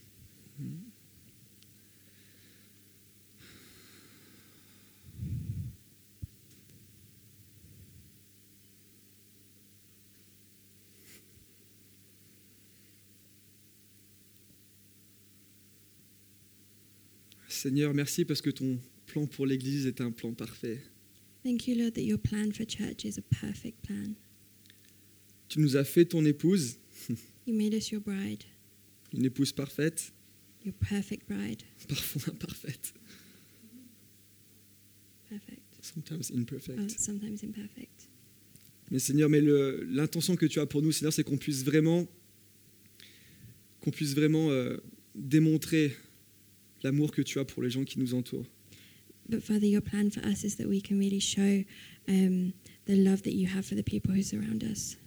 A: Seigneur, merci parce que ton plan pour l'Église est un plan parfait.
B: Thank you, Lord, that your plan for church is a perfect plan.
A: Tu nous as fait ton épouse,
B: You made us your bride,
A: une épouse parfaite,
B: your perfect bride.
A: parfois imparfaite,
B: Perfect.
A: sometimes
B: Oh,
A: imperfect.
B: sometimes imperfect.
A: Mais Seigneur, mais le- l'intention que tu as pour nous, Seigneur, c'est qu'on puisse vraiment, qu'on puisse vraiment euh, démontrer l'amour que tu as pour les gens qui nous entourent.
B: But Father, your plan for us is that we can really show um, the love that you have for the people who surround us.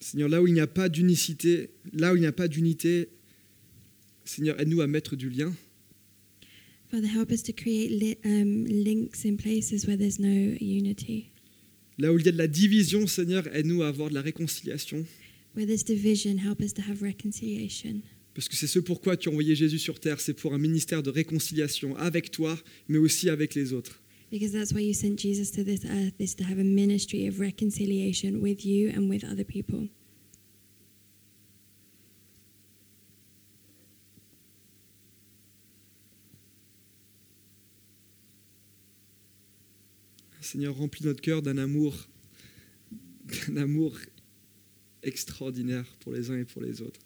A: Seigneur, là où il n'y a pas d'unicité, là où il n'y a pas d'unité, Seigneur, aide-nous à mettre du lien.
B: Father, help us to create li- um, links in places where there's no unity.
A: Là où il y a de la division, Seigneur, aide-nous à avoir de la réconciliation.
B: Where there's division, help us to have reconciliation.
A: Parce que c'est ce pourquoi tu as envoyé Jésus sur terre, c'est pour un ministère de réconciliation avec toi, mais aussi avec les autres.
B: Because that's why you sent Jesus to this earth, is to have a ministry of reconciliation with you and with other people.
A: Seigneur, remplis notre cœur d'un amour, d'un amour extraordinaire pour les uns et pour les autres.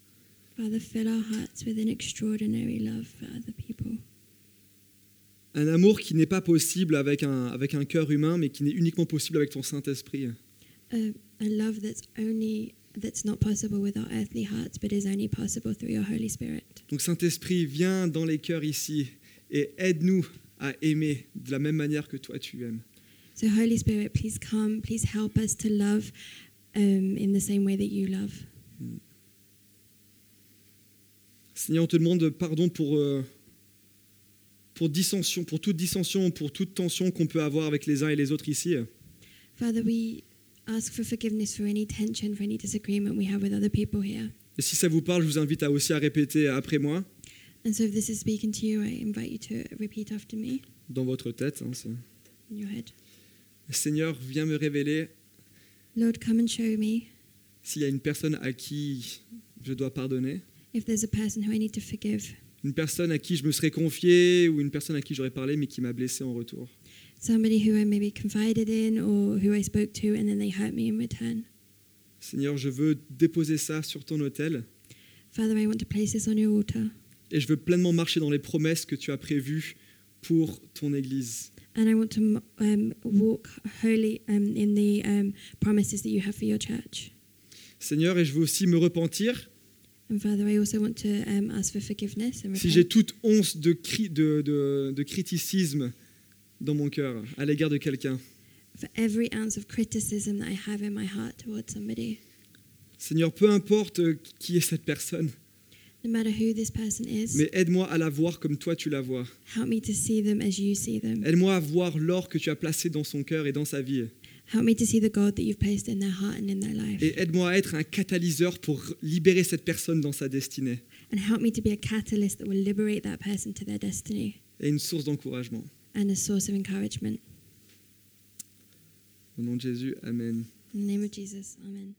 B: Father, fill our hearts with an extraordinary love for other people.
A: Un amour qui n'est pas possible avec un, avec un cœur humain, mais qui n'est uniquement possible avec ton Saint-Esprit.
B: A, a love that's only that's not possible with our earthly hearts, but is only possible through your Holy Spirit.
A: Donc Saint-Esprit, viens dans les cœurs ici et aide-nous à aimer de la même manière que toi tu aimes.
B: So, Holy Spirit, please come. Please help us to love um, in the same way that you love.
A: Seigneur, on te demande pardon pour, euh, pour dissension, pour toute dissension, pour toute tension qu'on peut avoir avec les uns et les autres ici.
B: Father, we ask for forgiveness for any tension, for any disagreement we have with other people here.
A: Et si ça vous parle, je vous invite à aussi à répéter après moi,
B: And so, if this is speaking to you, I invite you to repeat after me
A: dans votre tête. hein, c'est-
B: in your head.
A: Seigneur, viens me révéler
B: Lord, come and show me
A: s'il y a une personne à qui je dois pardonner,
B: if there's a person who I need to forgive,
A: une personne à qui je me serais confié ou une personne à qui j'aurais parlé mais qui m'a blessé en retour.
B: somebody who I maybe confided in or who I spoke to, and then they hurt me in return.
A: Seigneur, je veux déposer ça sur ton autel
B: Father, I want to place this on your altar,
A: et je veux pleinement marcher dans les promesses que tu as prévues pour ton Église.
B: and I want to um, walk wholly um, in the um, promises that you have for your church.
A: Seigneur, et je veux aussi me repentir
B: And Father, I also want to um, ask for forgiveness and
A: si j'ai
B: repent.
A: toute once de, cri- de- de- de criticisme dans mon cœur à l'égard de quelqu'un.
B: for every ounce of criticism that I have in my heart towards somebody.
A: Seigneur, peu importe euh, qui est cette personne,
B: No matter who this person is,
A: mais aide-moi à la voir comme toi tu la vois.
B: help me to see them as you see them.
A: Aide-moi à voir l'or que tu as placé dans son cœur et dans sa vie.
B: Help me to see the God that you've placed in their heart and in their life.
A: Et aide-moi à être un catalyseur pour libérer cette personne dans sa destinée
B: and help me to be a catalyst that will liberate that person to their destiny
A: et une source d'encouragement.
B: and a source of encouragement.
A: Au nom de Jésus, Amen.
B: In the name of Jesus, Amen.